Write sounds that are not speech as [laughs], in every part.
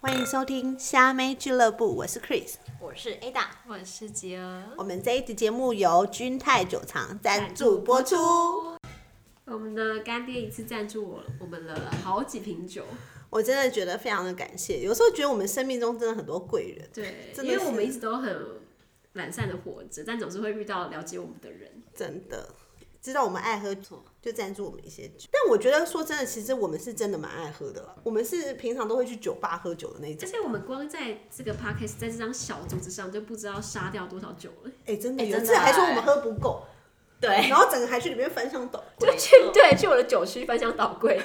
欢迎收听虾妹俱乐部，我是 Chris。我是 Ada，我是杰儿。我们这一集节目由君泰酒厂赞助播出。我们的干爹一次赞助我我们了好几瓶酒，我真的觉得非常的感谢，有时候觉得我们生命中真的很多贵人，对，真因的为我是们一直都很懒散的活着，但总是会遇到了解我们的人。真的知道我们爱喝酒，就赞助我们一些酒。但我觉得说真的，其实我们是真的蛮爱喝的了，我们是平常都会去酒吧喝酒的那而种。且我们光在这个 podcast 在这张小桌子上就不知道杀掉多少酒了，哎、真的哎有一真次的哎还说我们喝不够，对，然后整个还去里面翻箱倒柜。就去对去我的酒区翻箱倒柜。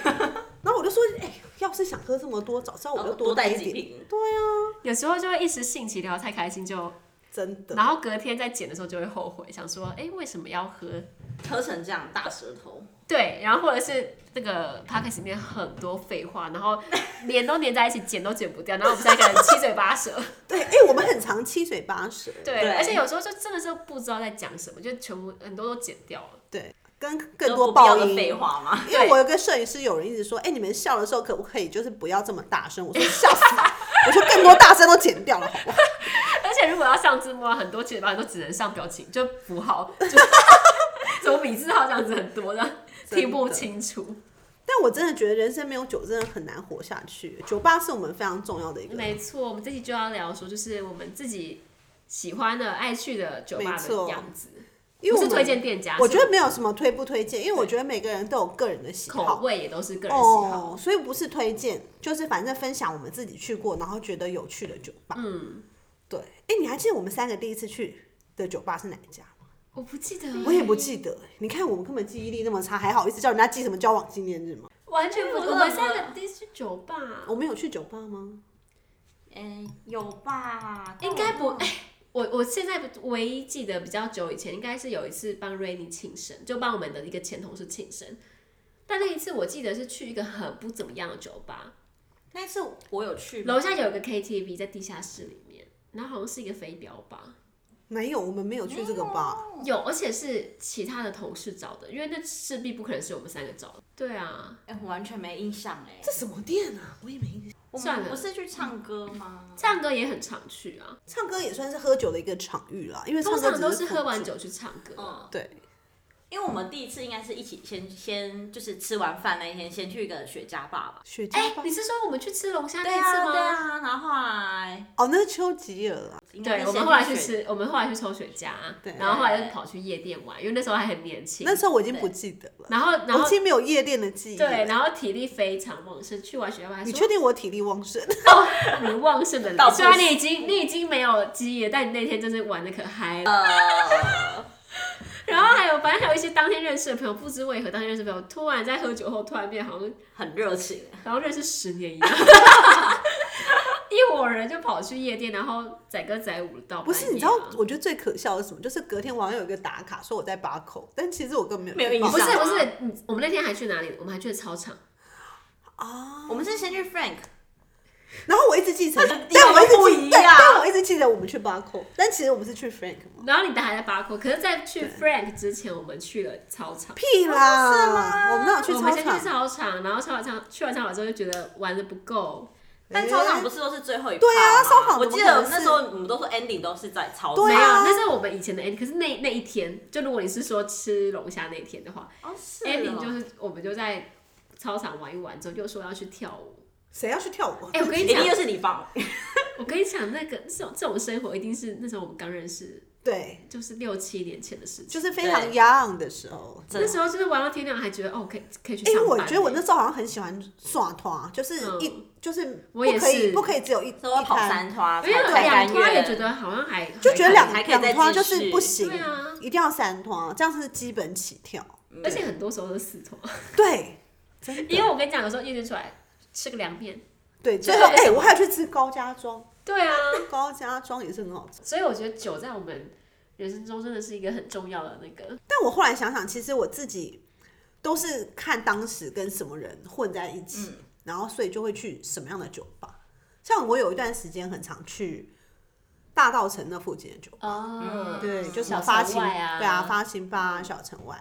然后我就说，哎、要是想喝这么多，早知道我就哦多带一几点。瓶， [laughs] 有时候就会一时兴起聊太开心就，真的，然后隔天在剪的时候就会后悔，想说哎、诶为什么要喝？喝成这样大舌头，对，然后或者是那个 podcast 里面很多废话，然后连都连在一起，剪都剪不掉，然后我们三个人七嘴八舌。对，哎、我们很常七嘴八舌。对，对而且有时候就真的是不知道在讲什么，就全部很多都剪掉了。 [laughs] 对，跟更都多不必爆要的音。废话吗？因为我有个摄影师，有人一直说，哎、你们笑的时候可不可以就是不要这么大声？我说笑死了，我说更多大声都剪掉了，好不好？而且如果要上字幕啊，很多其实吧都只能上表情，就符号，就是 [laughs] 什么米字号这样子很多的，真的听不清楚。但我真的觉得人生没有酒真的很难活下去。酒吧是我们非常重要的一个，没错，我们这期就要聊说，就是我们自己喜欢的、爱去的酒吧没错的样子，因为不我是推们荐店家，我是觉得没有什么推不推荐，因为我觉得每个人都有个人的喜口好。味也都是个人喜好。哦，所以不是推荐，就是反正分享我们自己去过，然后觉得有趣的酒吧。嗯，对。哎、你还记得我们三个第一次去的酒吧是哪一家？我不记得，我也不记得。你看我们根本记忆力那么差，还好意思叫人家记什么交往纪念日吗？完全不我记都得。我忘们了三个第一次去酒吧，我们有去酒吧吗？嗯，有吧？应该不。哎我我现在唯一记得比较久以前，应该是有一次帮 Rainy 庆生，就帮我们的一个前同事庆生。但那一次我记得是去一个很不怎么样的酒吧，那次我有去，楼下有一个 KTV 在地下室里面，然后好像是一个飞镖吧，没有，我们没有去这个吧。有而且是其他的同事找的，因为那势必不可能是我们三个找的。对啊，哎，我完全没印象哎。这什么店啊？我也没印象。我算们了不是去唱歌吗？唱歌也很常去啊，唱歌也算是喝酒的一个场域啦，因为唱通歌常只都是辅喝完助。酒去唱歌啊。对，因为我们第一次应该是一起先先就是吃完饭那一天，先去一个雪茄吧吧。雪茄哎、吧。你是说我们去吃龙虾那对一次啊，吗？对啊，然后后来哦，那是丘吉尔啊。应该对，是我先们后来去去雪吃，我们后来去抽雪茄，对然后后来又跑去夜店玩，因为那时候还很年轻那。时候我已经不记得了，然后，然我后已经没有夜店的记忆。对，，然后体力非常旺盛，去完雪茄吧，你说确定我体力旺 [laughs] 盛？你旺盛 [laughs] 的到脸，不虽然你已经你已经没有记忆了，但你那天真是玩的可嗨了。哦 [laughs] 然后还有，反正还有一些当天认识的朋友，不知为何当天认识的朋友，突然在喝酒后突然变好像，很热情，然后认识十年一样， [laughs] 一伙人就跑去夜店，然后载歌载舞到半夜啊。不是，你知道，我觉得最可笑的是什么？就是隔天网友有一个打卡说我在把口，但其实我根本没有没有去印吧不是象不是，你我们那天还去哪里？我们还去了操场。啊。我们是先去 Frank，然后我一直记成，地方但我一直不记一对样但我一直记得我们去巴扣，但其实我们是去 Frank 嘛然后你的还在巴扣，可是，在去 Frank 之前，我们去了操场。屁啦，我们哪有去我操们先去场？操场，然后操场去完操场之后就觉得玩的不够，但操哎场不是都是最后一对啊趴吗操场我怎么记可得能那是时候我们都说 ending 都是在操场，对没有，啊那是我们以前的 ending。可是那那一天，就如果你是说吃龙虾那一天的话、哦是 e n d i n 哦 g 就是我们就在操场玩一玩之后，就说要去跳舞。谁要去跳舞？啊哎、我跟一你定又讲，是你放，我跟你讲，那个这种这种生活一定是那时候我们刚认识，对，就是六七年前的事情。就是非常 young 的时候。真那的时候就是玩到天亮，还觉得哦，可以可以去因上为班。我觉得我那时候好像很喜欢耍团，就是一、嗯就是不我也可以是不可以只有一那时候一跑摊，三团，因为才两甘拖也愿觉得好像还就觉得两还可以两再团继就是续不行，对啊一定要三团，这样是基本起跳。而且很多时候都是四拖，对，真的因为我跟你讲，有时候夜店出来吃个凉面，对，最对后哎、我还有去吃高家庄，对啊，高家庄也是很好吃。所以我觉得酒在我们人生中真的是一个很重要的那个，但我后来想想，其实我自己都是看当时跟什么人混在一起，嗯然后所以就会去什么样的酒吧。像我有一段时间很常去大道城那附近的酒吧，哦对，就是小发城行外啊，对啊，发行吧、小城外。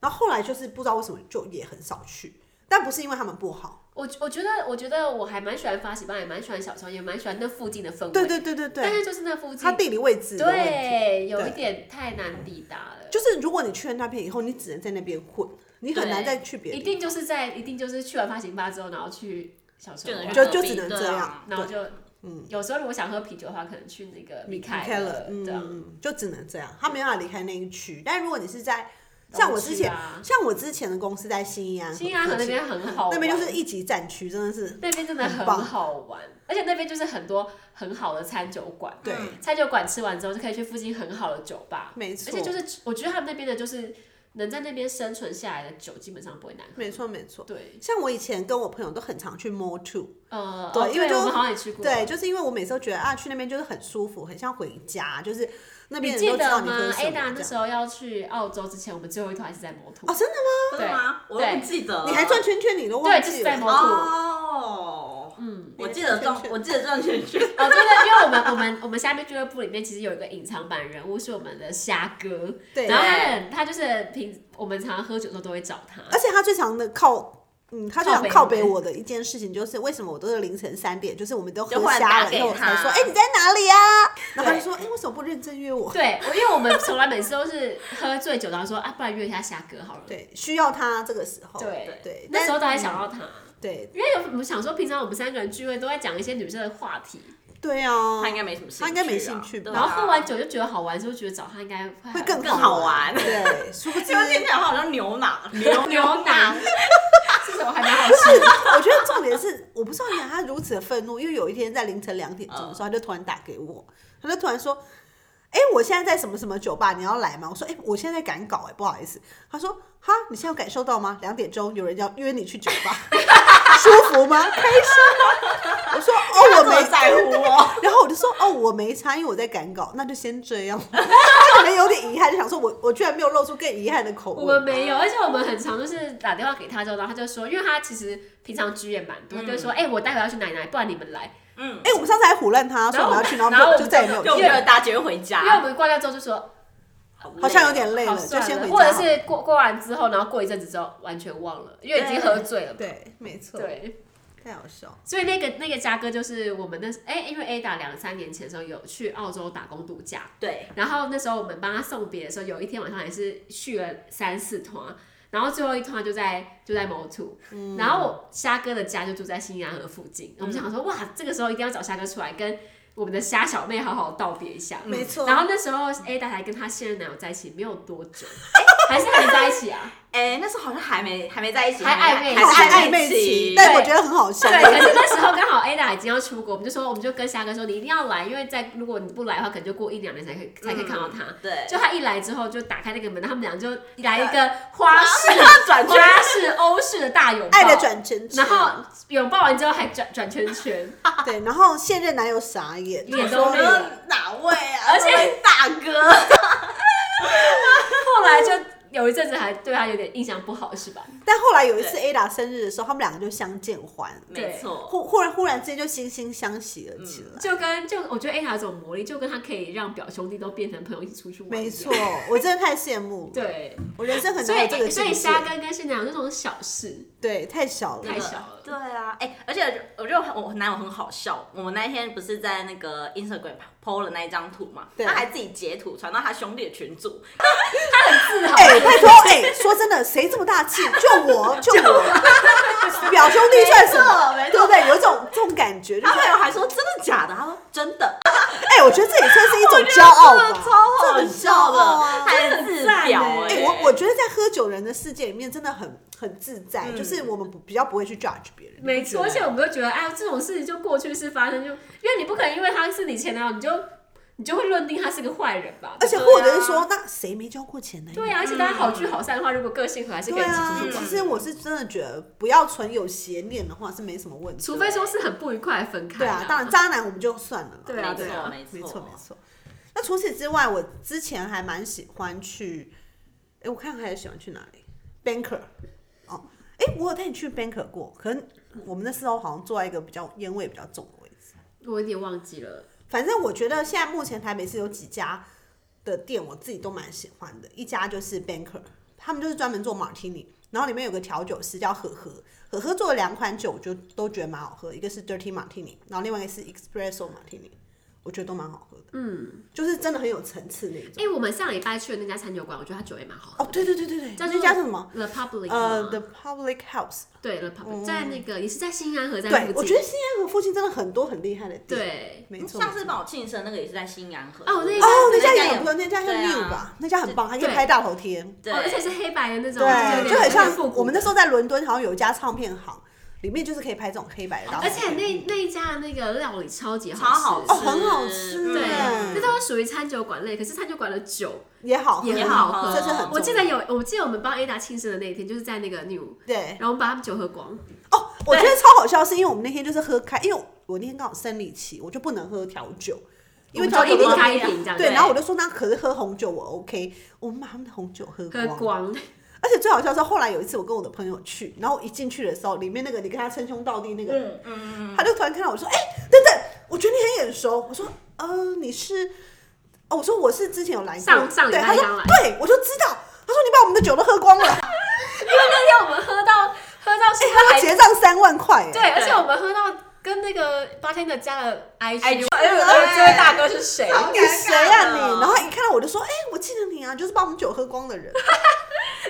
然后后来就是不知道为什么就也很少去，但不是因为他们不好，我我觉得，我觉得我还蛮喜欢发喜班，也蛮喜欢小窗，也蛮喜欢那附近的氛围。对对对对对，但是就是那附近它，地理位置的问题，对，有对一点太难抵达了。就是如果你去了那边以后，你只能在那边混，你很难再去别一的地定就是在，一定就是去完发型吧之后，然后去小窗方，能玩就去就隔壁只能这对啊样。然后对，嗯就，有时候如果想喝啤酒的话，可能去那个米开凯了勒，，嗯对啊，嗯，就只能这样，他没办法离开那一区。但如果你是在像我之前东区啊，像我之前的公司在新义安，新安河那边很好那玩，边就是一级战区，真的是那边真的很很棒好玩，而且那边就是很多很好的餐酒馆，对，餐酒馆吃完之后就可以去附近很好的酒吧，没而错且，就是我觉得他们那边的就是能在那边生存下来的酒基本上不会难喝，没错没错。对，像我以前跟我朋友都很常去 Mall Two，呃，对哦因为就我们好像也去过，对，，就是因为我每次都觉得啊，去那边就是很舒服，很像回家，就是那边你人都记知道得你吗喝什？Ada 么那这时样。候要去澳洲之前，我们最后一团还是在摩托。哦，真的吗？真的吗？我对都不记得了，你还哎转圈圈，你都忘对，就记是在了。摩托。哦，哦，嗯，我记得你还转圈，转圈我记得转圈圈，对对，因为我们我们我们虾妹俱乐部里面其实有一个隐藏版人物是我们的虾哥，对然后他很他就是平我们常常喝酒的时候都会找他，而且他最常的靠，嗯，他最常靠靠北北我的一件事情就是，为什么我都是凌晨三点，就是我们都喝就忽然瞎打了给以后我才他说，哎、你在哪里啊？然后他就对说，哎、为什么不认真约我？对，我因为我们从来每次都是喝醉酒，然后说啊，不然约一下虾哥好了。对，需要他这个时候，对对，那时候都但还想到他，对因为有我们想说，平常我们三个人聚会都在讲一些女生的话题，对啊， [laughs] 他应该没什么兴趣啊，他应该没兴趣吧对啊然后喝完酒就觉得好玩，就觉得找他应该会会更更好玩对，殊不知 [laughs] 这个听起来好像 [laughs] 牛奶，牛 [laughs] [laughs] 牛奶 [laughs] 腩，这首还蛮好吃的。我觉得重点是，我不知道原来他如此的愤怒，因为有一天在凌晨两点钟的时候，他就突然打给我，他就突然说：“哎、我现在在什么什么酒吧，你要来吗？”我说：“哎、我现在在赶稿，哎，不好意思。”他说：“哈，你现在有感受到吗？两点钟有人要约你去酒吧， [laughs] 舒服吗？开心吗？”我说：“哦，我没没在乎哦。然后我就说哦，我没差，因为我在赶稿，那就先这样。他可能有点遗憾，就想说我我居然没有露出更遗憾的口我们吻。没有，而且我们很常就是打电话给他之后，然后他就说，因为他其实平常居也蛮多，他就说，哎、我待会要去奶奶，不然你们来。嗯，哎、我们上次还唬烂他说我们要去，然然后后我就再也没有就去没有搭捷运回因为我家，啊们挂掉之后就说，好像有点累啊好了，就算先回家。或者是过过完之后，然后过一阵子之后完全忘了，因为已经喝醉了嘛。对，没错，对，太好笑了。所以那个那个嘉哥就是我们那时哎、因为 Ada 两三年前的时候有去澳洲打工度假，对，然后那时候我们帮他送别的时候，有一天晚上也是续了三四团，然后最后一团就在就在某土，嗯然后虾哥的家就住在新安河附近，我们想说哇，这个时候一定要找虾哥出来跟我们的虾小妹好好道别一下。没错嗯然后那时候 Ada 还跟她现任男友在一起没有多久，哎还是还没在一起啊？哎，那时候好像还没还没在一起，还暧昧还好是像暧暧昧期，期，但我对觉得很好笑对，。可是那时候刚好 Ada 已经要出国，我们就说我们就跟虾哥说你一定要来，因为在如果你不来的话，可能就过一两年才可以才可以看到他。对，就他一来之后，就打开那个门，他们俩就来一个花式、 [laughs] 转圈花式、欧式的大拥抱，爱的，转圈圈，然后拥抱完之后还转转圈圈，对，然后现任男友傻眼，脸就都说绿了哪位啊？而且哪位大哥，后来就有一阵子还对他有点印象不好，是吧？但后来有一次 Ada 生日的时候，他们两个就相见欢，没错，忽忽然忽然之间就惺惺相惜了起来。就跟就我觉得 A 有一种魔力，就跟他可以让表兄弟都变成朋友一起出去玩，没错。，我真的太羡慕了。对，我人生很所难有这以个所境以界。虾哥跟新娘这种小事，对，太小了，太小了对啊，哎、而且我觉得我男友很好笑。我们那一天不是在那个 Instagram PO 了那一张图嘛，对他还自己截图传到他兄弟的群组，哎、拜托，哎、说真的，谁这么大气？就我，就我，表兄弟算什么？没错没错对不对？有一种这种感觉，就是他朋友还说真的假的，他说真的，哎、我觉得这也算是一种骄傲啊真的吧，超好很骄笑傲的，啊还自表哎、哎、我我觉得在喝酒人的世界里面，真的很很自在，嗯就是我们不比较不会去 judge 别人。没错，而且我们都觉得，哎，这种事情就过去式发生，就因为你不可能因为他是你前男友，你就你就会论定他是个坏人吧？而且或者是说，那谁没交过钱呢？对啊，而且大家好聚好散的话，如果个性合，还是可嗯以对一起啊出去，玩。其实我是真的觉得，不要存有邪念的话是没什么问题。除非说是很不愉快的分开、对啊，当然渣男我们就算了啦。对啊没对错啊没没错错没错。那除此之外，我之前还蛮喜欢去，哎、我看还有喜欢去哪里？Banker，哦，哎、我有带你去 Banker 过，可能我们那时候好像坐在一个比较烟味比较重的位置。我有点忘记了。反正我觉得现在目前台北市有几家的店，我自己都蛮喜欢的，一家就是 Banker，他们就是专门做 Martini，然后里面有个调酒师叫呵呵，呵呵做了两款酒，我就都觉得蛮好喝，一个是 Dirty Martini，然后另外一个是 Espresso Martini，我觉得都蛮好喝的，嗯，就是真的很有层次那种。哎、我们上礼拜去的那家餐酒馆，我觉得它酒也蛮好喝哦，对对对对对，叫那家是什么？ ，The Public 呃吗，The Public House。对 The Public，、在那个也是在新安河站对，附我近觉得。新安河附近真的很多很厉害的店。，对，嗯没错。上次帮我庆生那个也是在新阳河哦那一哦，那家那也也很不错，那家叫对啊 New 吧，那家很棒，还可以对拍大头贴。对，哦而且是黑白的那种，是有对，点就很有点复像古我们那时候在伦敦，好像有一家唱片行，里面就是可以拍这种黑白的大头而贴。且那那一家的那个料理超级超好吃，哦很好吃对，嗯这都是属于餐酒馆类，可是餐酒馆的酒哦也好喝，也很好好喝。喝这是很我记重得要有，我记得我们帮 Ada 庆生的那一天，就是在那个 New，对然后我们把他们酒喝光。哦，我觉得超好笑，是因为我们那天就是喝开，因为我那天刚好生理期，我就不能喝调酒，因为我调们酒就一瓶都开一瓶这样，对，然后我就说那可是喝红酒我 OK，我们把他们的红酒喝喝光，而且最好笑的是，后来有一次我跟我的朋友去，然后我一进去的时候，里面那个你跟他称兄道弟那个人，嗯嗯嗯，他就突然看到我说：“哎、等等，我觉得你很眼熟。”我说：“呃，你是？”哦，我说我是之前有来过，上上礼对，拜他说刚来对，我就知道。他说你把我们的酒都喝光 [laughs] 了，哎、那天我们喝到喝到现他在要结账三万块，哎，对，而且我们喝到跟那个八天的加了 IG，哎，哎呦这位大哥是谁？好你谁啊你尴尬？哦然后一看到我就说：“哎、我记得你啊，就是把我们酒喝光的人。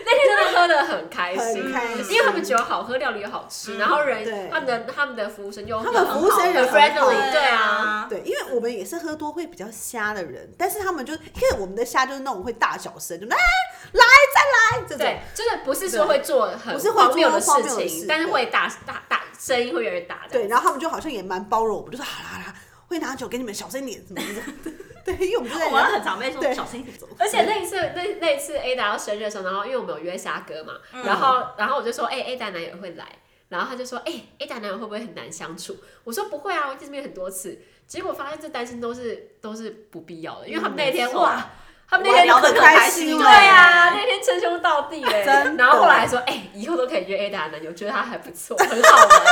那天真的喝得很开心，很开心嗯因为他们酒好喝，料理又好吃，然后对人他们的他们的服务生又他们服务生人很很好 friendly，对啊，，” [laughs] 对，因为我们也是喝多会比较瞎的人，但是他们就因为我们的瞎就是那种会大小声，就哎来再来这种对。，就是不是说会做很不是会荒谬做荒的事谬的事情，但是会大大大声音会越来越大的。对，然后他们就好像也蛮包容我们，就说好啦好啦，会拿酒给你们小声点什么的。 [laughs] 对，因为我们就在 [laughs] 我们很常被说对小心一点走，而且那一次，那那一次 Ada 要生日的时候，然后因为我们有约沙哥嘛，嗯然后然后我就说，哎、a d a 男友会来，然后他就说，哎、a d a 男友会不会很难相处？我说不会啊，我见面很多次。结果发现这担心都是都是不必要的，因为他们那天、嗯没错哇，他们那天聊得很很开开心心哦哦，对啊，那天称兄道弟嘞。真的 [laughs] 然后后来还说，哎、以后都可以约 Ada 男友，觉得他还不错，很好玩。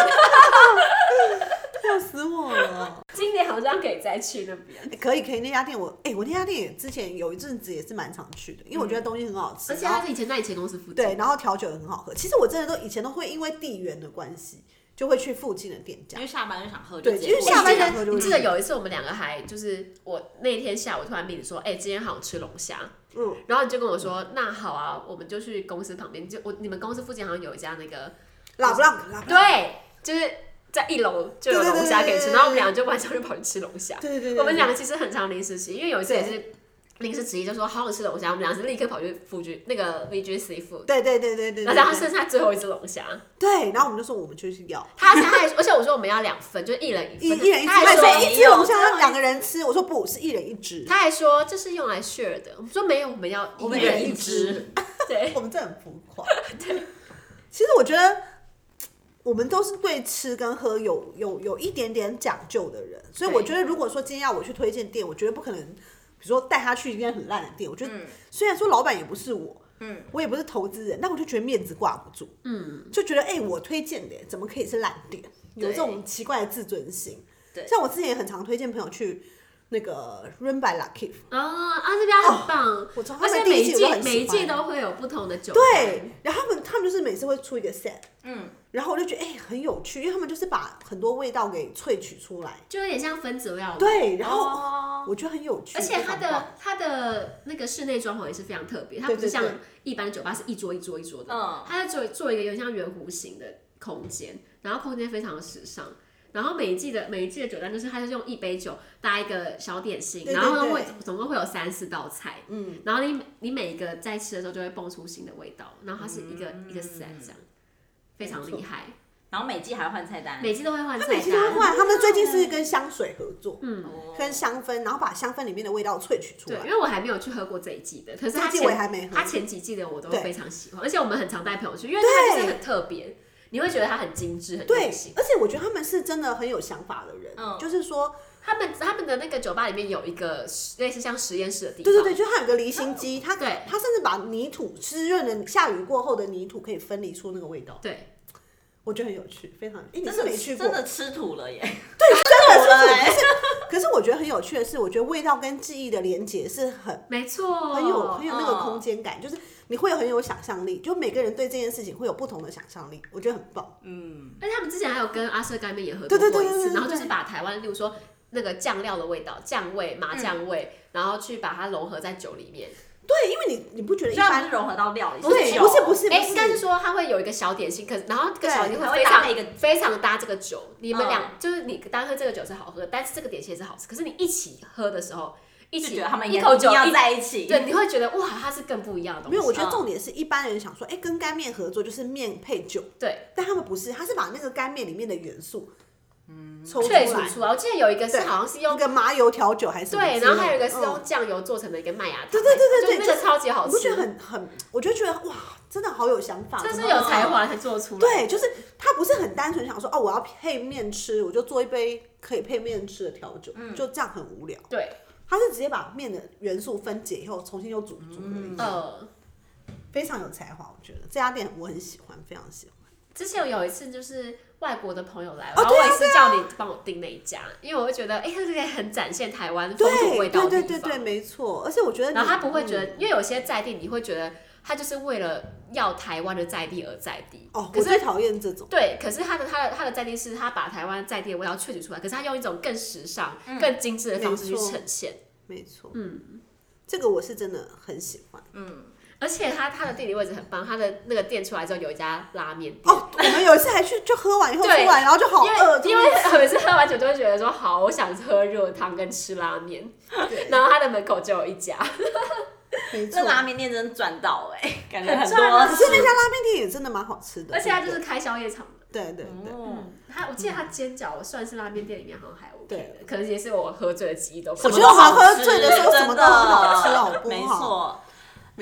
[laughs] 笑死我了。今年好像可以再去那边，可以可以，那家店我哎、我那家店也之前有一阵子也是蛮常去的，因为我觉得东西很好吃，而且然他后是以前在以前公司附近。对，然后调酒也很好喝。其实我真的都以前都会因为地缘的关系，就会去附近的店家因。为下班就想喝，哦对就直因为接下过班去想喝就你会记得有一次我们两个还就是我那天下午突然命你说，哎、今天好像吃龙虾，嗯，然后你就跟我说，那好啊，我们就去公司旁边，就我你们公司附近好像有一家那嗯个，拉布朗，拉布朗，对，就是在一楼就有龙虾可以对对对对吃，对然后我们两个就晚上就跑去吃龙虾，对对对对，我们两个个其实很常临时起，因为有一次也是临时起意就说好想吃龙虾，我们两个是立刻跑去附居那个 VG Seafood，对对对对对，然后对剩下最后一只龙虾，对，然后我们就说我们就是要。他他还而且我说我们要两份，就是一人一一份，一人一只，他还他说说一只龙虾没有两个人吃，我说不是一人一只，他还说这是用来 share 的，我们说没有，我们要我们一人人一一只只， [laughs] 对，我们这很浮夸。其实我觉得我们都是对吃跟喝有有有一点点讲究的人，所以我对觉得如果说今天要我去推荐店，我绝对不可能，比如说带他去一间很烂的店。我觉得、虽然说老板也不是我，嗯，我也不是投资人，但我就觉得面子挂不住，嗯，就觉得哎、我推荐的怎么可以是烂店？有这种奇怪的自尊心。对像我之前也很常推荐朋友去那个 Run by Lucky，哦啊这边很棒，哦我从他而们且第每一季一我季都很喜欢每一季都会有不同的酒，对，，然后他们他们就是每次会出一个 set，嗯，然后我就觉得哎、很有趣，因为他们就是把很多味道给萃取出来，就有点像分子料理，对，然后哦。我觉得很有趣，而且它非常棒的它的那个室内装潢也是非常特别，它对不是对像对一般的酒吧是一桌一桌一桌的，嗯它在做做一个有点像圆弧形的空间，然后空间非常的时尚。然后每一季的每一季的酒单就是，它就是用一杯酒搭一个小点心，对对然后呢对会总共会有三四道菜，嗯，然后你你每一个在吃的时候就会蹦出新的味道，然后它是一个、一个嗯 set 这样，非常厉害，然后每季还会换菜单，每季都会换他菜哎每次都会单，换，他们最近是跟香水合作，嗯，哦跟香氛，然后把香氛里面的味道萃取出对，因来，为我还没有去喝过这一季的，可是这他一季前我也还没喝他前几季的我都嗯对非常喜欢，而且我们很常带朋友去，因为它对就是很特别，你会觉得它很精致、很对用心，。而且我觉得他们是真的很有想法的人，嗯就是说，他们他们的那个酒吧里面有一个实类似像实验室的地方，对对对，就是他有个离心机，他嗯对他甚至把泥土湿润的下雨过后的泥土可以分离出那个味道，对我觉得很有趣，非常，哎，你真是的没去过，真的吃土了 [laughs] 耶，真的是了可是可是我觉得很有嗯趣的是，我觉得味道跟记忆的连接是很没错，哎很有很有那个嗯空间感，就是你会很有想象力，就每个人对这件事情会有不同的想象力，我觉得很棒。嗯而且他们之前还有跟阿瑟干面也合对对作过一对对次，对然后就是对把台湾，例如说那个酱料的味道、酱味、嗯麻酱味，然后去把它融合在酒里面。对，因为你你不觉得一虽然般不是融合到料理，不是酒不是不是哎、应该是说它会有一个小点心，可是然后这个对小点心还非会搭常配一个非常搭这个酒。你嗯们俩、就是你单喝这个酒是好喝，但是这个点心也是好吃。可是你一起喝的时候，一就起觉得他们一也口一酒定要一在一起，对，你会觉得哇，它是更不一样的东没西。有，我觉得嗯重点是一般人想说，哎、跟干面合作就是面配酒，对但他们不是，他是把那个干面里面的元素，嗯，抽出来，萃取出啊来。我记得有一个是对好像是那用个麻油调酒还是什么之类对，的？然后还有一个是嗯用酱油做成的一个麦芽糖，哎对对对对对就那个超级好你吃，不觉得很很，我就觉得哇，真的好有想法，这是怎么有才华才做出来。对，就是他不是很单纯想说哦，我要配面吃，我就做一杯可以配面吃的调酒，嗯就这样很无聊。对，他是直接把面的元素分解以后，重新又组组合一下，呃，非常有才华。我觉得这家店我很喜欢，非常喜欢。之前有一次就是外国的朋友来，哦然后对我啊也是叫你帮我订那一家，因为我会觉得哎，这个很展现台湾风土对味道对的对地对对，方。没错。而且我觉得你，然后他不会嗯觉得，因为有些在地你会觉得他就是为了要台湾的在地而在地。哦，可我是最讨厌这种。对，可是他的他的他的在地是他把台湾在地的味道萃取出来，可是他用一种更时尚、更精致的方式嗯去没错呈现。没错，嗯，这个我是真的很喜欢。嗯而且它它的地理位置很棒，它的那个店出来之后有一家拉面店，哦，我们有一次还去，就喝完以后出对来，然后就好饿，因为因为每次喝完酒就会觉得说好想喝热汤跟吃拉面，对然后它的门口就有一家，没错这。拉面店真的赚到哎、感觉很赚啊多可是那家拉面店也真的蛮好吃的，而且它就对是嗯开宵夜场的。对对对，哦，它我记得它煎饺算是拉面店里面好像还 OK 对的，可能也是我喝醉的记忆都我不觉得好。我们好喝醉的时候什么都很好吃，真的好不嗯没好？错，没而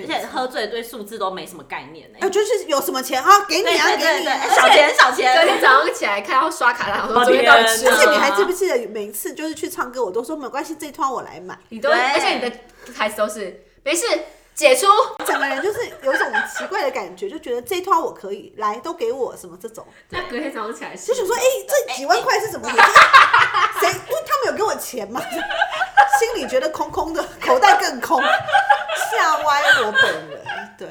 错且喝醉对数字都没什么概念哎、哎，就是有什么钱啊，给对你啊，对给对你对，哎啊。小钱小昨钱，天早上起来看到刷卡了，我说哦昨天到底天吃哪而了且什你么，还记不记得每一次就是去唱歌，我都说没关系，这一趟我来买，你都会，对而且你的台词都是没事解除，整个人就是有一种奇怪的感觉，就觉得这一趟我可以来，都给我什么这种，那隔天早上起来是就想说，哎、这几万块是怎哎么回事？谁？因为他们有给我钱嘛， [laughs] 心里觉得空空的，口袋更空，吓歪我本人。对，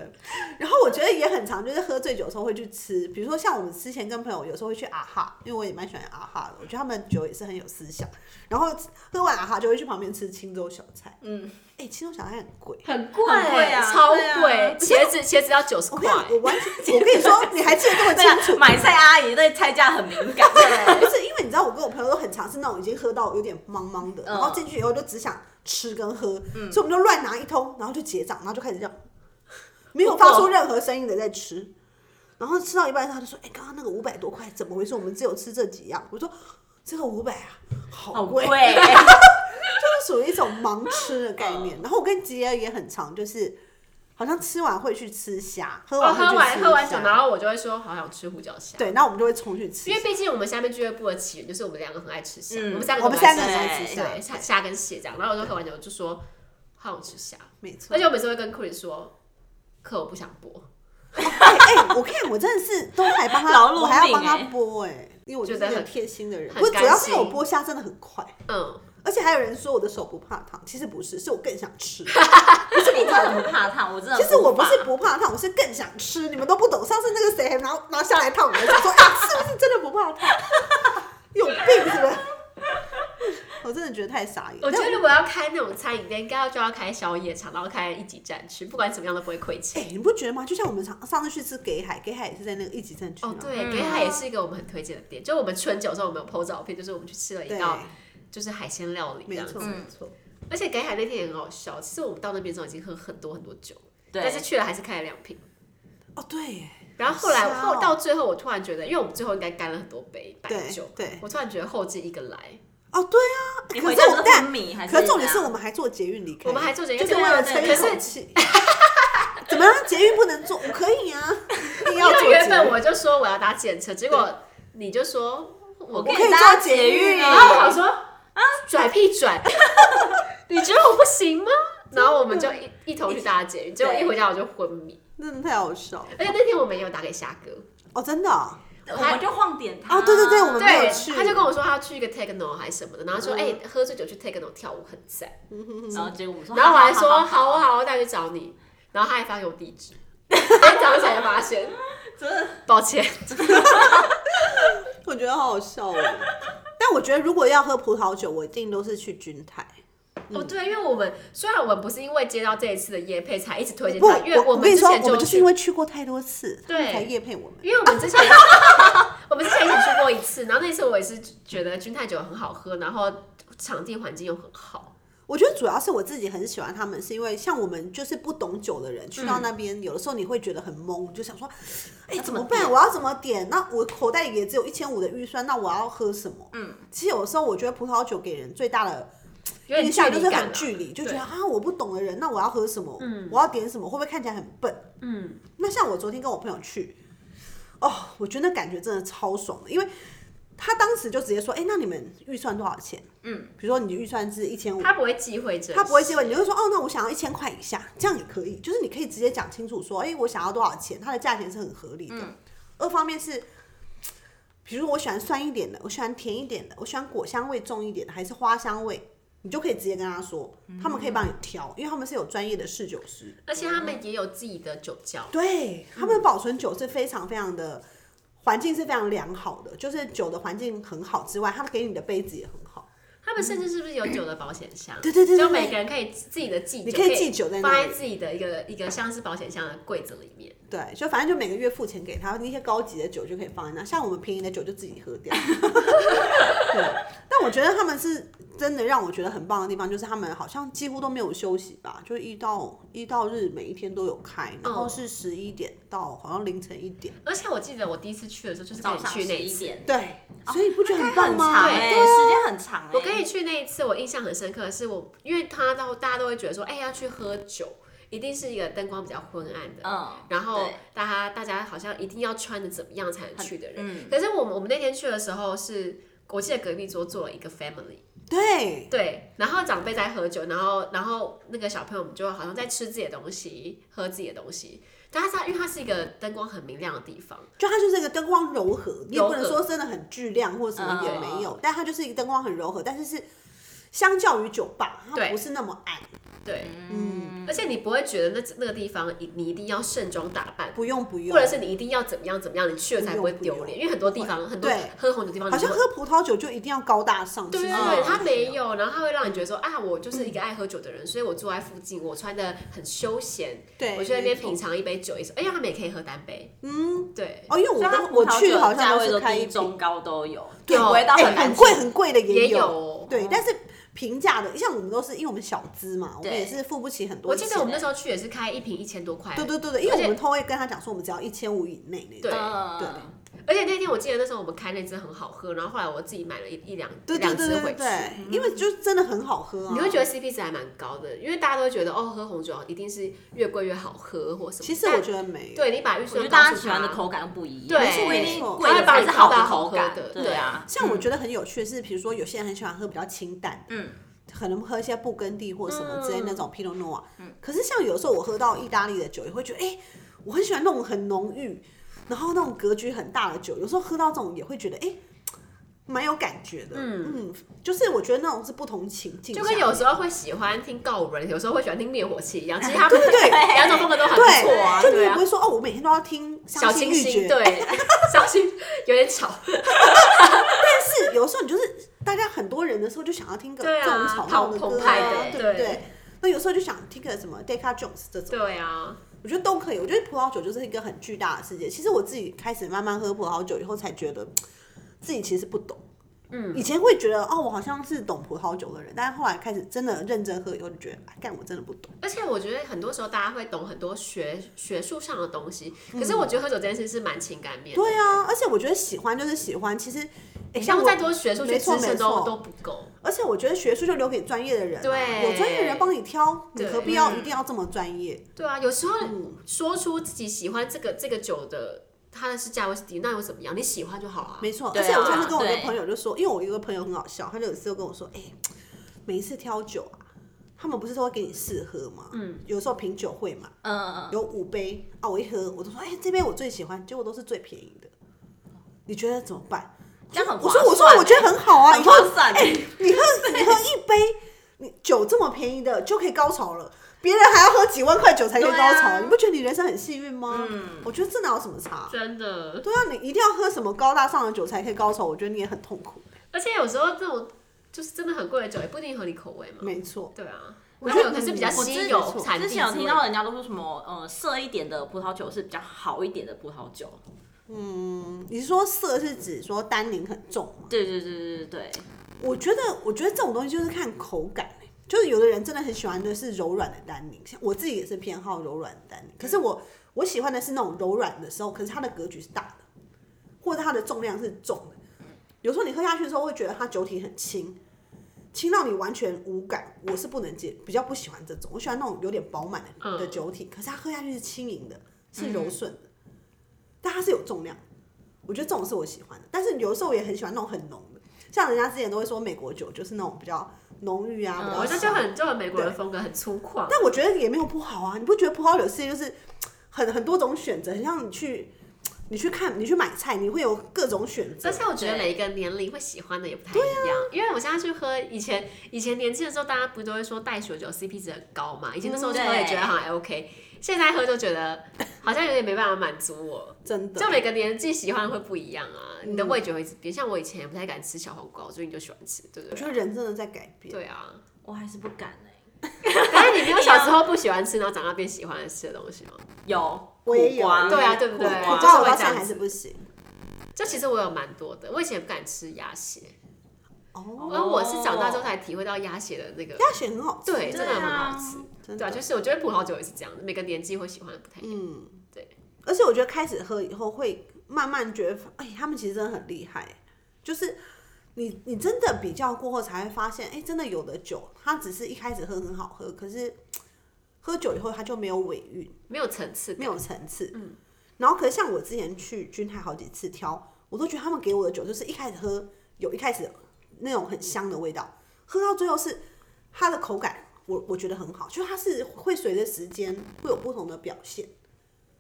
然后我觉得也很常，就是喝醉酒的时候会去吃，比如说像我们之前跟朋友有时候会去啊哈，因为我也蛮喜欢啊哈的，我觉得他们酒也是很有思想。然后喝完啊哈就会去旁边吃青州小菜，嗯，哎、青州小菜很贵。很贵，很贵啊超对啊贵，茄子茄子要九十我块跟你，讲我完全，我跟你说，你还记得这么 [laughs] 对啊清楚？，买菜阿姨对菜价很敏感， [laughs] 不是因为你知道，我跟我朋友都很常是那种已经喝到有点茫茫的，嗯然后进去以后就只想吃跟喝，嗯所以我们就乱拿一通，然后就结账，然后就开始这样， [laughs] 没有发出任何声音的在吃。然后吃到一半，他就说：“哎、刚刚那个五百多块怎么回事？我们只有吃这几样。”我说：“这个五百啊，好好贵。贵，就是 [laughs] 属于一种盲吃的概嗯念。然后我跟吉儿也很常，就是好像吃完会去吃虾，喝我完哦喝会去完吃喝完酒，虾然后我就会说好想吃胡椒虾，对，那我们就会冲去吃因。为毕竟我们下面俱乐部的起源就是我们两个很爱吃虾，嗯我们三个我都们很爱三个吃很人爱吃对虾对，，虾虾跟蟹这样，然后我就喝完酒就说好想吃虾，没错而。且我每次会跟 Chris 说，可我不想播，哎、哎，我看我真的是都还帮他，劳碌命我还要帮他播哎、因为我就是觉得一个很贴心的人。很不是，主要是甘心我剥虾真的很快，嗯，而且还有人说我的手不怕烫，其实不是，是我更想 [laughs] 吃。可是你真的很怕烫，我真的其实我无不法是不怕烫，我是更想吃，你们都不懂。上次那个谁还拿拿下来烫我，我想说啊，是不是真的不怕烫？ [laughs] 有病是不是？ [laughs] 我真的觉得太傻眼。我觉但得如果要开那种餐饮店，应该要就要开宵夜场，然后开一级战区，不管怎么样都不会亏哎、钱。你不觉得吗？就像我们上上次去吃给海，给海也是在那个一级战区哦嘛，对，嗯给海也是一个我们很推荐的店，就我们春酒的时候我们有 PO 照片，就是我们去吃了一对，道就是海鲜料理这没样错子，没错。而且给海那天也很好笑，其实我们到那边之后已经喝很多很多酒了。但是对，去了还是开了两瓶。嗯哦对耶，然后后来是哦后到最后，我突然觉得，因为我们最后应该干了很多杯白酒，对对我突然觉得后劲一个来，哦对啊，你可回是家我是但昏迷还是？可是重点是我们还坐捷运离开，啊我们还坐捷运就是为了对吹对一对口气。 [laughs] 怎么样？捷运不能坐？我可以 [laughs] 啊，硬因要坐捷运。为原本我就说我要搭检车，结果你就说我我跟可以你以搭搭捷捷运运啊然后我想说啊，拽屁拽， [laughs] 你觉得我不行吗？然后我们就一一同去搭捷运，结果一回家我就昏迷，真的太好笑了而且那天我们也有打给虾哥，哦，真的哦、我们就晃点他哦对对对我们没有对去，他就跟我说他要去一个 techno 还是什么的，然后说嗯哎、喝醉酒去 techno 跳舞很赞。然后结果我们说，然后我还好说啊啊好，我好，我带你去找你。然后他还发给我地址，今天早上才 [laughs] 发现，真的抱歉。我觉得好好笑哦。但我觉得如果要喝葡萄酒，我一定都是去君台。哦，对，因为我们虽然我们不是因为接到这一次的叶配才一直推荐不，它，因为我们跟你之说，前我们就是去因为去过太多次，他们对才夜配我们。因为我们之前， [laughs] 我们之前一起去过一次，然后那次我也是觉得君泰酒很好喝，然后场地环境又很好。我觉得主要是我自己很喜欢他们，是因为像我们就是不懂酒的人，去到嗯那边、有的时候你会觉得很懵，就想说，哎、怎么办？我要怎么点？那我口袋里也只有一千五的预算，那我要喝什么？嗯，其实有时候我觉得葡萄酒给人最大的有印点距象就离是感很啦距离，就觉得对啊，我不懂的人，那我要喝什么？嗯，我要点什么？会不会看起来很笨？嗯，那像我昨天跟我朋友去，哦，我觉得那感觉真的超爽的，因为他当时就直接说，哎、那你们预算多少钱？嗯，比如说你的预算是一千五，他不会忌讳这，他不会接吻，你就说哦，那我想要一千块以下，这样也可以，就是你可以直接讲清楚说，哎、我想要多少钱，它的价钱是很合理的。嗯二方面是，比如说我喜欢酸一点的，我喜欢甜一点的，我喜欢果香味重一点的，还是花香味，你就可以直接跟他说，嗯他们可以帮你挑，因为他们是有专业的侍酒师，而且他们也有自己的酒窖。对他们保存酒是非常非常的环境是非常良好的，就是酒的环境很好之外，他们给你的杯子也很好。他们甚至是不是有酒的保险箱？对对对对就每对个人可以自己的记酒，你可以记酒在那放在里自己的一个一个像是保险箱的柜子里面。对，就反正就每个月付钱给他，那些高级的酒就可以放在那，像我们便宜的酒就自己喝掉。 [laughs] 对，但我觉得他们是真的让我觉得很棒的地方，就是他们好像几乎都没有休息吧，就一到一到日每一天都有开，然后是十一点到好像凌晨一点。而且我记得我第一次去的时候，就是跟早你上去十那一一次。点，对，所以你不觉得很棒很长吗？哎、对啊时间很长哎、我跟你去那一次，我印象很深刻的是我，因为他到大家都会觉得说，哎、要去喝酒，一定是一个灯光比较昏暗的，嗯然后对大家大家好像一定要穿的怎么样才能去的人。嗯可是我们我们那天去的时候是，我记得隔壁桌坐了一个 family，对，对，然后长辈在喝酒，然后然后那个小朋友们就好像在吃自己的东西，喝自己的东西。但他是因为它是一个灯光很明亮的地方，就它就是一个灯光柔和，你也柔不能和说真的很巨亮或什么也嗯没有，但它就是一个灯光很柔和，但是是相较于酒吧，它对不是那么暗，对，嗯，而且你不会觉得那那个地方你你一定要盛装打扮，不用不用，或者是你一定要怎么样怎么样，你去了才不会丢不用脸，因为很多地方很多对喝红酒地方，好像你会喝葡萄酒就一定要高大上，啊对是对不是对，嗯他没有，然后他会让你觉得说啊，我就是一个爱喝酒的人，所以我住在附近，我穿的很休闲，对，我去那边品没错。尝一杯酒，也是，哎呀，他们也可以喝单杯，嗯，对，哦，因为我所以它跟葡我萄去酒好的像价都位是都开一低、瓶中、高都有，对也不会到哎很难很吃贵很贵的也也有。嗯对，但是平价的，像我们都是因为我们小资嘛，我们对也是付不起很多我钱。记得我们那时候去也是开一瓶一千多块，对对对对，因而为且我们都会跟他讲说，我们只要一千五以内那种。对对嗯，而且那天我记得那时候我们开那支很好喝，然后后来我自己买了一一两对对两对支对回对去。对，因为就真的很好喝啊。嗯你会觉得 CP 值还蛮高的，因为大家都会觉得哦，喝红酒一定是越贵越好喝或什么。其实但我觉得没有。对你把预我觉算得大告家诉喜欢的他口感不一样，对不一啊定没错贵的才是好的口它会帮你泡到好感喝的，对啊，像嗯我觉得很有趣的是，比如说有些人很喜欢喝比较清淡，嗯，可能喝一些布根地或什么之类嗯那种 Pinot Noir，嗯，可是像有时候我喝到意大利的酒，也会觉得，哎、我很喜欢那种很浓郁，然后那种格局很大的酒，有时候喝到这种也会觉得，哎、蛮有感觉的，嗯就是我觉得那种是不同情境下就的，跟有时候会喜欢听告五人，有时候会喜欢听灭火器一 [laughs] 样，其实他们对两种风格都很不错啊，对，就你对也啊不。会说哦，我每天都要听小伤心清欲新，绝，对，小清有点吵，但是有时候你就是大家很多人的时候，就想要听个对这啊种吵闹的澎歌湃啊，对的不对对？那有时候就想听个什么 Decca Jones 这种，对啊，我觉得都可以。我觉得葡萄酒就是一个很巨大的世界。其实我自己开始慢慢喝葡萄酒以后，才觉得自己其实不懂。嗯，以前会觉得哦，我好像是懂葡萄酒的人，但是后来开始真的认真喝以后，就觉得哎，干我真的不懂。而且我觉得很多时候大家会懂很多学学术上的东西，可是我觉得喝酒这件事是蛮情感面嗯的，对啊，而且我觉得喜欢就是喜欢，其实哎，像我再多学术没去错资深没都错都不够，而且我觉得学术就留给专业的人啊、对有专业的人帮你挑，你对何必要嗯一定要这么专业？对啊，有时候说出自己喜欢这个这个酒的，它的是价位是低，那又怎么样？你喜欢就好啊。没错，对而啊且我上次跟我一个对朋友就说，因为我有一个朋友很好笑，他就有一次就跟我说，哎、每一次挑酒啊，他们不是都会给你试喝吗？嗯，有时候品酒会嘛，嗯，有五杯啊，我一喝我都说，哎、这杯我最喜欢，结果都是最便宜的，你觉得怎么办？这样很我划说算我欸。说我觉得很好啊，以很后划算欸，你喝你喝一杯，你酒这么便宜的就可以高潮了。别人还要喝几万块酒才可以对高啊潮，你不觉得你人生很幸运吗？嗯我觉得这哪有什么差？真的。对啊，你一定要喝什么高大上的酒才可以高潮，我觉得你也很痛苦。而且有时候这种就是真的很贵的酒，也不一定合你口味嘛。没错，对啊，我然觉得后有可能是比较我稀之有产地之之前有类听到的。人家都说什么，呃，涩一点的葡萄酒是比较好一点的葡萄酒。你说色是指说单宁很重吗？对对对对对我觉得，我觉得这种东西就是看口感、欸，就是有的人真的很喜欢的是柔软的丹宁，像我自己也是偏好柔软的丹宁，可是我我喜欢的是那种柔软的时候，可是它的格局是大的，或者它的重量是重的。有时候你喝下去的时候会觉得它酒体很轻，轻到你完全无感，我是不能接，比较不喜欢这种，我喜欢那种有点饱满的嗯的酒体，可是它喝下去是轻盈的，是柔顺的，但它是有重量的。我觉得这种是我喜欢的，但是有时候我也很喜欢那种很浓的，像人家之前都会说美国酒就是那种比较浓郁啊，嗯比较我觉得就香很就很美国的风格，很粗犷。但我觉得也没有不好啊，你不觉得葡萄酒世界就是很很多种选择，很像你去你去看你去买菜，你会有各种选择而。且我觉得对每一个年龄会喜欢的也不太一样，因为我现在去喝以前以前年轻的时候，大家不都会说带酒酒 CP 值很高嘛？以前那时候去喝嗯对也觉得好像 OK，现在喝就觉得好像有点没办法满足我。真的，就每个年纪喜欢会不一样啊，嗯你的味觉会一直变。像我以前也不太敢吃小黄瓜，我最近就喜欢吃，对不我觉对？得人真的在改变。对啊，对，我还是不敢哎、但是你没有小时候不喜欢吃，然后长大变喜欢吃的东西吗？有，我也有苦瓜对啊，对不对？苦我瓜知道我就是到现会这样在子还是不行。就其实我有蛮多的，我以前不敢吃鸭血，哦，哦而我是长大之后才体会到鸭血的那个，鸭血很好吃，对，真对啊的很好吃。哦真对啊，的。就是我觉得葡萄酒也是这样，每个年纪会喜欢的不太一样。嗯，对。而且我觉得开始喝以后，会慢慢觉得，哎、他们其实真的很厉害。就是你你真的比较过后，才会发现，哎、真的有的酒，它只是一开始喝很好喝，可是喝酒以后它就没有尾韵，没有层次感，没有层次。嗯。然后，可是像我之前去君泰好几次挑，我都觉得他们给我的酒就是一开始喝有一开始那种很香的味道，喝到最后是它的口感，我我觉得很好，就它是会随着时间会有不同的表现，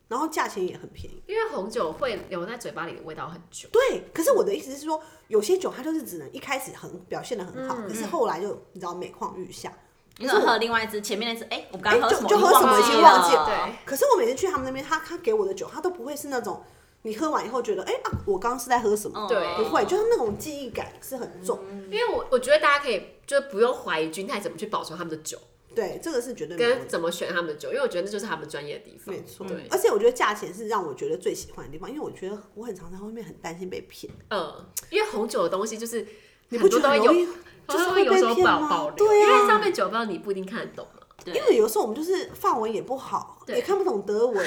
然后价钱也很便宜。因为红酒会留在嘴巴里的味道很久。对，可是我的意思是说，有些酒它就是只能一开始很表现的很好，可是后来就你知道每况愈下。你怎么喝另外一支？前面那支，哎、我刚哎刚就什么？就喝什么我已经忘忘记了。对，可是我每次去他们那边，他他给我的酒，他都不会是那种你喝完以后觉得，哎、啊，我刚刚是在喝什么？嗯对不会，就是那种记忆感是很重。因为我我觉得大家可以就不用怀疑君泰怎么去保存他们的酒，对，这个是绝对没有跟问题怎么选他们的酒，因为我觉得那就是他们专业的地方。没错对。，而且我觉得价钱是让我觉得最喜欢的地方，因为我觉得我很常在外面很担心被骗，嗯，因为红酒的东西就是你不很多觉得都会很有容，易？就是会啊会有被所骗保吗保留，对啊因为上面酒标你不一定看得懂嘛，对因为有时候我们就是法文也不好，对也看不懂德文，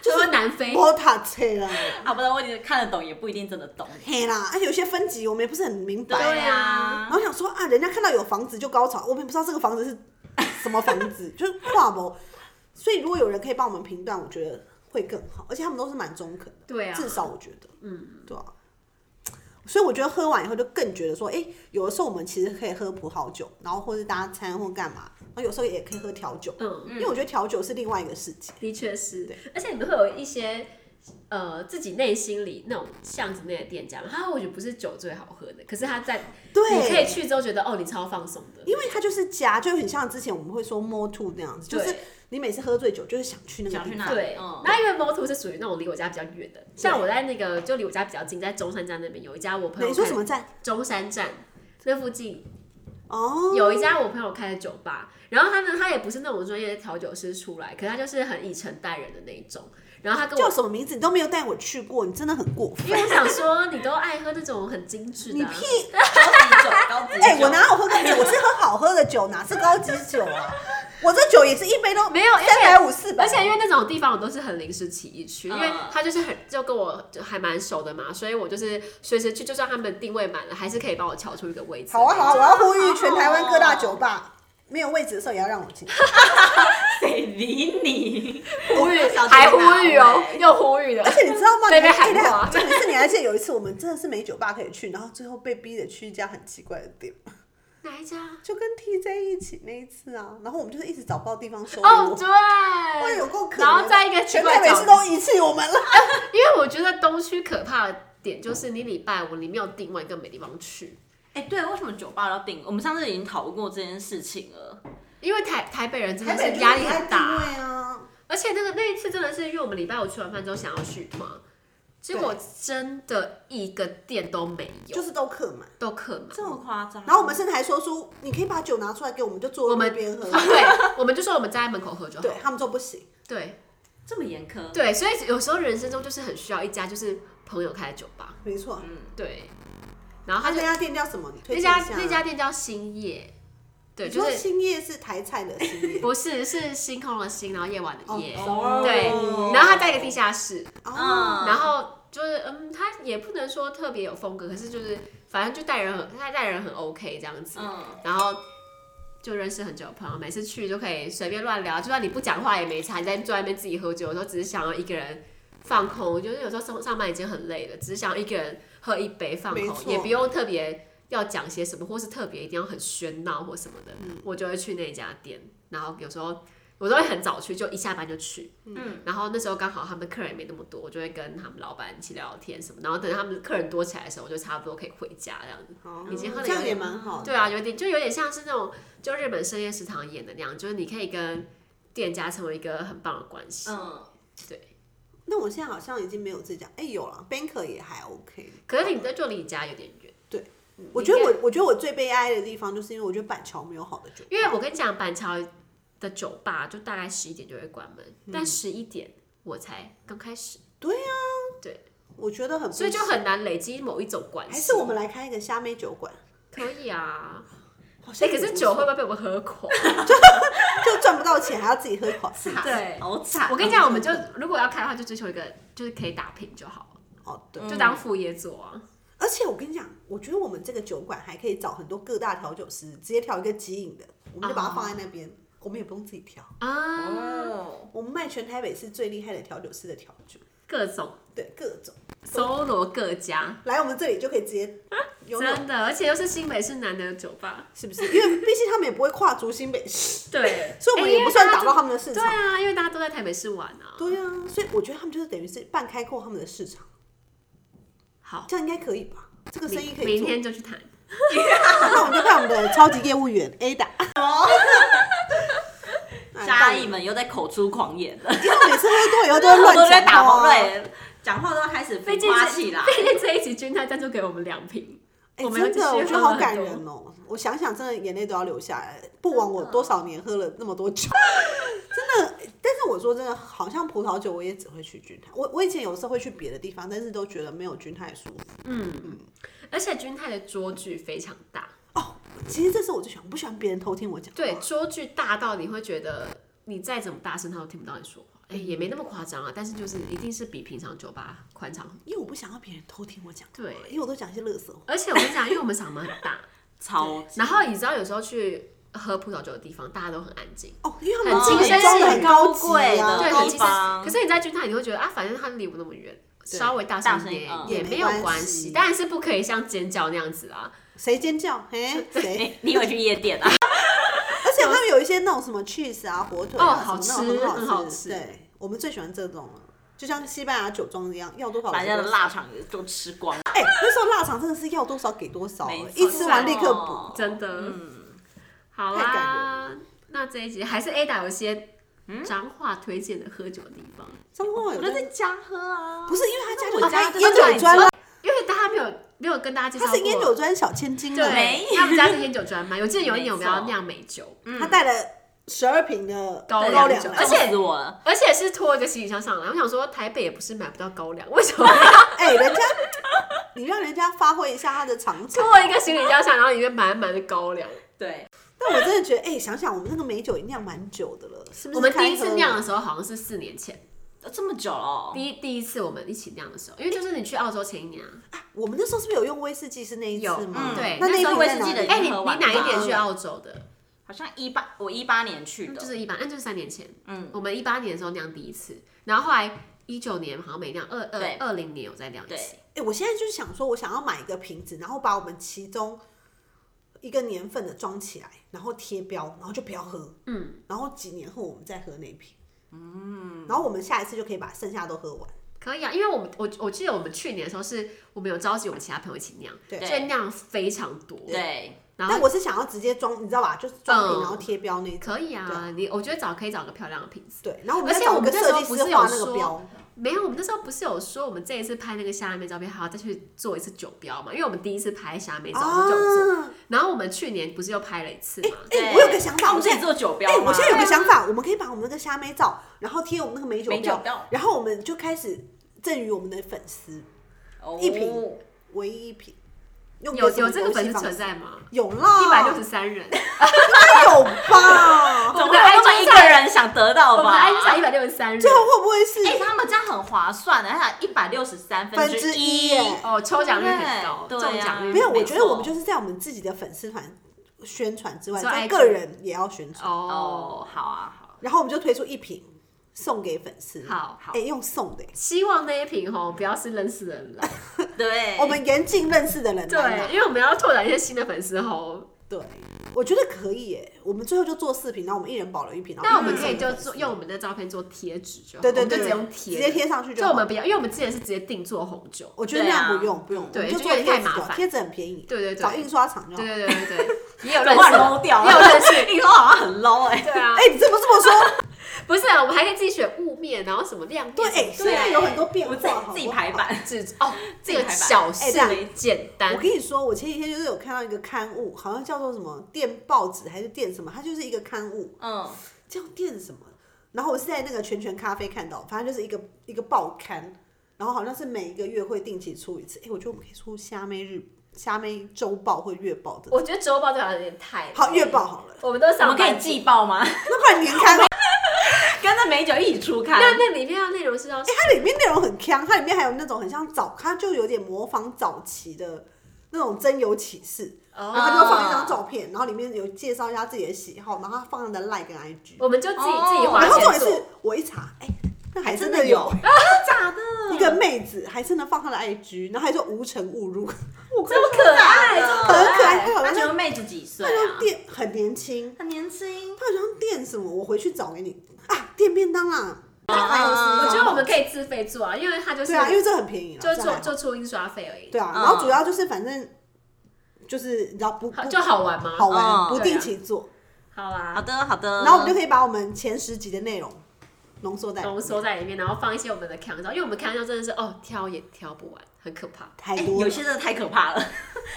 就说南非，我塔切 [laughs] 啦，啊，不然我你看得懂也不一定真的懂。嘿哎啦，啊而且有些分级我们也不是很明白，对啊然后想说啊，人家看到有房子就高潮，我们也不知道这个房子是什么房子， [laughs] 就是跨博。所以如果有人可以帮我们评断，我觉得会更好，而且他们都是蛮中肯的，对啊至少我觉得，嗯，对啊。所以我觉得喝完以后就更觉得说，哎、有的时候我们其实可以喝葡萄酒，然后或是搭餐或干嘛，然后有时候也可以喝调酒，嗯，因为我觉得调酒是另外一个世界。的确是对，而且你们会有一些呃自己内心里那种巷子内的店家嘛，他或许不是酒最好喝的，可是他在你可对，以去之后觉得哦，你超放松的，因为它就是家，就很像之前我们会说 more to 那样子，就是对你每次喝醉酒就是想去那个想地去方。哪对，嗯那因为 Moto 是属于那种离我家比较远的，像我在那个就离我家比较近，在中山站那边有一家我朋友你说开什么站？中山站那附近哦，有一家我朋友开的酒吧，然后他呢，他也不是那种专业的调酒师出来，可是他就是很以诚待人的那一种，然后他跟叫我。什么名字你都没有带我去过，你真的很过因分。为我想说，你都爱喝那种很精致的、 [laughs] 你啊， [laughs] 屁！高级酒，高级酒。 [laughs] 哎、我哪有喝高级？我是喝好喝的酒，哪是高级酒啊？我这酒也是一杯都没有因为三百五四百，而且因为那种地方我都是很临时起意去，因为嗯他就是很就跟我就还蛮熟的嘛，所以我就是随时去，就算他们定位满了，还是可以帮我瞧出一个位置。好啊好啊，我要呼吁全台湾各大哦酒吧。没有位置的时候也要让我进，谁理 [laughs] 你？呼吁我小姐 [laughs] 还呼吁哦哪，位又呼吁了而。且你知道吗？被你被哎喊等一下话重点是你还记得有一次我们真的是没酒吧可以去，然后最后被逼着去一家很奇怪的店，哪一家？就跟 TJ 一起那一次啊，然后我们就是一直找不到地方收哦，留，哇，对有，够可怜。然后在一个奇全怪台的北角市都遗弃我们了。因为我觉得东区可怕的点就是你礼拜五你没有定位，更没地方去。哎、对，为什么酒吧要订？我们上次已经讨论过这件事情了。因为台台北人真台的北是就是压力爱很定大，位啊，而且那个那一次真的是因为我们礼拜五吃完饭之后想要续团，结果真的一个店都没有，就是都客满。都客满。这么夸张？然后我们甚至还说出，你可以把酒拿出来给我们，就坐我在们那边 [laughs] 喝。对，我们就说我们站在门口喝就好。对他们说不行，对这么严苛，对，所以有时候人生中就是很需要一家就是朋友开的酒吧。没错。对，然后他他就那家店叫什么？你推荐嗯那一家下那家店叫兴业，对，你就说是兴业是台菜的兴 [laughs] 业，不是是星空的星，然后夜晚的夜。哦对哦然后它在一个地下室，哦，嗯然后就是嗯，它也不能说特别有风格，可是就是反正就待人很，他待人很 OK 这样子。嗯，然后就认识很久的朋友，每次去就可以随便乱聊，就算你不讲话也没差，你在坐在那边自己喝酒，有时候只是想要一个人放空，就是有时候上上班已经很累了，只是想要一个人喝一杯放没空，错也不用特别要讲些什么，或是特别一定要很喧闹或什么的，嗯我就会去那家店，然后有时候。我都会很早去，就一下班就去。嗯，然后那时候刚好他们客人也没那么多，我就会跟他们老板一起聊聊天什么。然后等他们客人多起来的时候，我就差不多可以回家这样子。哦已经喝了这样有也点蛮好的。对啊，有点就有点像是那种就日本深夜食堂演的那样，就是你可以跟店家成为一个很棒的关系。嗯，那我现在好像已经没有这家，哎，有了，Banker 也还 OK。可是你的就离你家有点远，嗯我觉得我，我觉得我最悲哀的地方，就是因为我觉得板桥没有好的酒，因为我跟你讲，板桥的酒吧就大概十一点就会关门，嗯但十一点我才刚开始，我觉得很不所以就行很难累积某一种关系。还是我们来开一个虾妹酒馆。可以啊，好哎、像可也是不错酒会不会被我们喝垮？就赚不到钱，还要自己喝垮自己。对好惨。 [laughs] 我跟你讲，我们就如果要开的话，就追求一个就是可以打平就好了，哦，对。嗯就当副业做啊。而且我跟你讲，我觉得我们这个酒馆还可以找很多各大调酒师，直接调一个即饮的，我们就把它放在那边，我们也不用自己调，啊，哦，我们卖全台北市最厉害的调酒师的调酒，各种对各种，搜罗各家。来我们这里就可以直接拥有，真的，而且又是新北市南的酒吧，是不是？因为毕竟他们也不会跨足新北市，对，所以我们也不算打到他们的市哎。因为大场。家对啊，因为大家都在台北市玩啊。对啊，所以我觉得他们就是等于是半开阔他们的市场，好，这样应该可以吧？这个生意可以明做。天就去谈。 [laughs] [laughs] 那我们就看我们的超级业务员 Ada。哎嘉 [laughs] 义，们又在口出狂言了，因为我每次喝多以后都会乱 [laughs] 都在讲打话红啊。瑞，讲话都开始浮毕竟夸这起来。毕竟这一集君泰赞助给我们两瓶，哎我们真的，有我继觉续得喝好很感多人哦！我想想，真的眼泪都要流下来。不枉我多少年喝了那么多 [laughs] 酒，真的。但是我说真的，好像葡萄酒我也只会去君泰。我我以前有时候会去别的地方，但是都觉得没有君泰舒服。而且君泰的桌距非常大，哦，其实这是我最喜欢，我不喜欢别人偷听我讲话。对，桌距大到你会觉得你再怎么大声，他都听不到你说话。嗯哎，也没那么夸张啊，但是就是一定是比平常酒吧宽敞很多。因为我不想要别人偷听我讲话。对因为我都讲一些乐色话。而且我跟你讲，因为我们嗓门很 [laughs] 大，超然后你知道有时候去喝葡萄酒的地方，大家都很安静。哦，因为他们很精神精神装的是很很高级贵啊，的对，高高级很其级实方可是你在军泰，你会觉得啊，反正他离我那么远，对稍微大声一大声点一也点没也有没关关系系，当然是不可以像尖叫那样子啊。谁尖叫？嘿，谁？ [laughs] 你有去夜店啊？ [laughs] 而且他们有一些那种什么 cheese 啊、火腿哦啊，好什么那种吃很很好好吃。吃对，我们最喜欢这种了，就像西班牙酒庄一样，要多少把人给家多的少腊。肠也都吃光了。哎，那时候腊肠真的是要多少给多少，没错一吃完立刻哦补。真的。嗯好太感啦，那这一集还是 Ada 有一些彰化推荐的喝酒的地方，张光有我就在，在家喝啊，不是因为他家酒我家开烟酒专了，因为大家没有没有跟大家介绍他过。是烟酒专小千金了，没对，他们家是烟酒专卖。我记得有一年我们要酿美酒，他带了十二瓶的高粱粱酒酒来而而且且死我了，而且是拖一个行李箱上来。我想说，台北也不是买不到高粱，为什么哎，人家你让人家发挥一下他的长 [laughs] 处。拖啊一个行李箱上，然后里面满满的 [laughs] 高粱？对，但我真的觉得，哎、想想我们那个美酒也酿蛮久的了，是不是？我们第一次酿的，时候好像是四年前，这么久了哦，第一第一次我们一起酿的时候，因为就是你去澳洲前一年啊，我们那时候是不是有用威士忌？是那一次有吗？嗯对，那那一时瓶候威在士忌哪的里哎、已你经喝完你哪一年了去澳洲的？好像一八我一八年去的，就是一八，那就是三年前。嗯，我们一八年的时候酿第一次，然后后来一九年好像没酿，二对二二零年有再酿一次对。哎、我现在就是想说，我想要买一个瓶子，然后把我们其中一个年份的装起来，然后贴标，然后就不要喝。嗯，然后几年后我们再喝那一瓶。嗯，然后我们下一次就可以把剩下都喝完。可以啊，因为我们我我记得我们去年的时候是我们有召集我们其他朋友一起酿，对所以酿非常多。对，然但后我是想要直接装，你知道吧？就是装嗯瓶然后贴标那种。可以对啊，你我觉得找可以找个漂亮的瓶子。对，然后我而们且再找我们个那时设候计不师是有画那个说啊标，没有，我们那时候不是有说，我们这一次拍那个虾妹照片，还要再去做一次酒标嘛？因为我们第一次拍虾妹照，我们就有做。啊，然后我们去年不是又拍了一次嘛？哎、对我有个想那法，我我们自现己在做酒标哎、吗？我现在有个对啊想法，我们可以把我们那个虾妹照，然后贴我们那个美酒美酒标然后我们就开始赠予我们的粉丝哦一瓶唯一一瓶，用有什么有这个游戏粉丝方式存，在吗？有啦，一百六十三人，有吧？总共那么一个人想得我到们的吧？ IG 上一百六十三人最。后会不会是？哎、他们这样很划算的，他一百六十三分之之一一，耶哦，抽奖率很高，对中奖率没有，我很觉高得我们就是在我们自己的粉丝团宣传之外，做在 IG 个人也要宣传，哦哦，，好啊，好。然后我们就推出一瓶送给粉丝。好好哎、用送的、希望那一瓶吼不要是认识的人来，对，我们严禁认识的人来拿对，因为我们要拓展一些新的粉丝吼。对，我觉得可以耶。我们最后就做四瓶，然后我们一人保留一瓶，然后那我一们人可以送就给粉丝做用我们的照片做贴纸就好，对对我们对，就直接用直贴，接贴上去就就好。我们比较，因为我们之前是直接定做红酒，我觉得那对样啊不用不用，对我们就就做有点贴太纸麻就好烦贴纸很便宜，对对对找印刷厂就好对。啊对对对对，也有认把识话的，捞掉也有认识，你说好像很 low 哎、对啊哎，，你怎么这么说？不是啊，我们还可以自己选雾面，然后什么亮对，面，哎，现对啊在有很多变我化，自己好不好自己排。版，纸哦，自这己个排版小事哎这样简单我，跟你说，我前几天就是有看到一个刊物，好像叫做什么电报纸还是电什么，它就是一个刊物，嗯，叫电什么？然后我是在那个全全咖啡看到，反正就是一个一个报刊，然后好像是每一个月会定期出一次。哎，我觉得我们可以出虾妹日、虾妹周报或月报的。我觉得周报这好像有点太好，月报好了，我们都我上们可以班族季报吗？ [laughs] 那不然年刊吧。跟着美酒一起出刊，那那里面的内容是要它里面内容很强，它里面还有那种很像早，它就有点模仿早期的那种真有启事，然后哦，它哎就放一张照片，然后里面有介绍一下自己的喜好，然后它放他的 like 跟 IG，我们就自己哦自己花然后重点钱做是，我一查，哎、那还真真的的有有，假的，一个妹子还真的放她的 IG，然后还说无尘误入，我这么可爱，很很可爱 [laughs] 她好那像请问妹子几岁她像啊？店很年轻，很年轻，她好像店什么，我回去找给你啊，店便当啦，那还有是嗯啊我觉得我们可以自费做啊，因为它就是对啊，因为这很便宜啦，就这做还好就出印刷费而已，对啊，嗯然后主要就是反正就是你知道不好不就好玩吗？啊好玩，嗯不定期做，好好啊，的好的，然后我们就可以把我们前十集的内容浓缩在浓缩在里面，然后放一些我们的康照，因为我们康照真的是哦挑也挑不完，很可怕。太哎多有了，些真的太可怕了，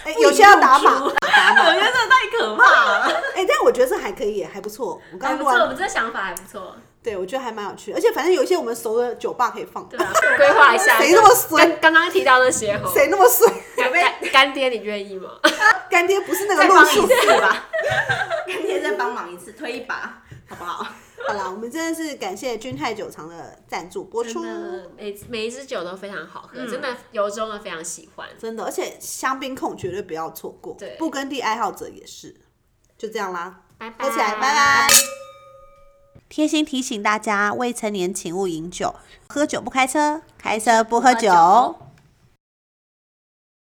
哎，有些要打码不打码， [laughs] 有些真的太可怕了，哎，但我觉得这还可以耶，还不错。我刚刚还哎不录错，我完，们这想法还不错，对我觉得还蛮有趣，而且反正有一些我们熟的酒吧可以放，对 [laughs] 啊，规划一 [laughs] 下。谁那么衰，刚刚刚提到那些吼，谁那么衰，干干干爹你愿意吗？干爹不是那个再路帮一数。次 [laughs] 吧，今天再帮忙一次，推一把好不好？好啦，我们真的是感谢君泰酒厂的赞助播出真。的，每每一支酒都非常好嗯喝，真的由衷的非常喜欢。真的，而且香槟控绝对不要错过，对不耕地爱好者也是，就这样啦。拜拜，喝起来，拜拜。贴心提醒大家，未成年请勿饮酒，喝酒不开车，开车不喝不喝酒酒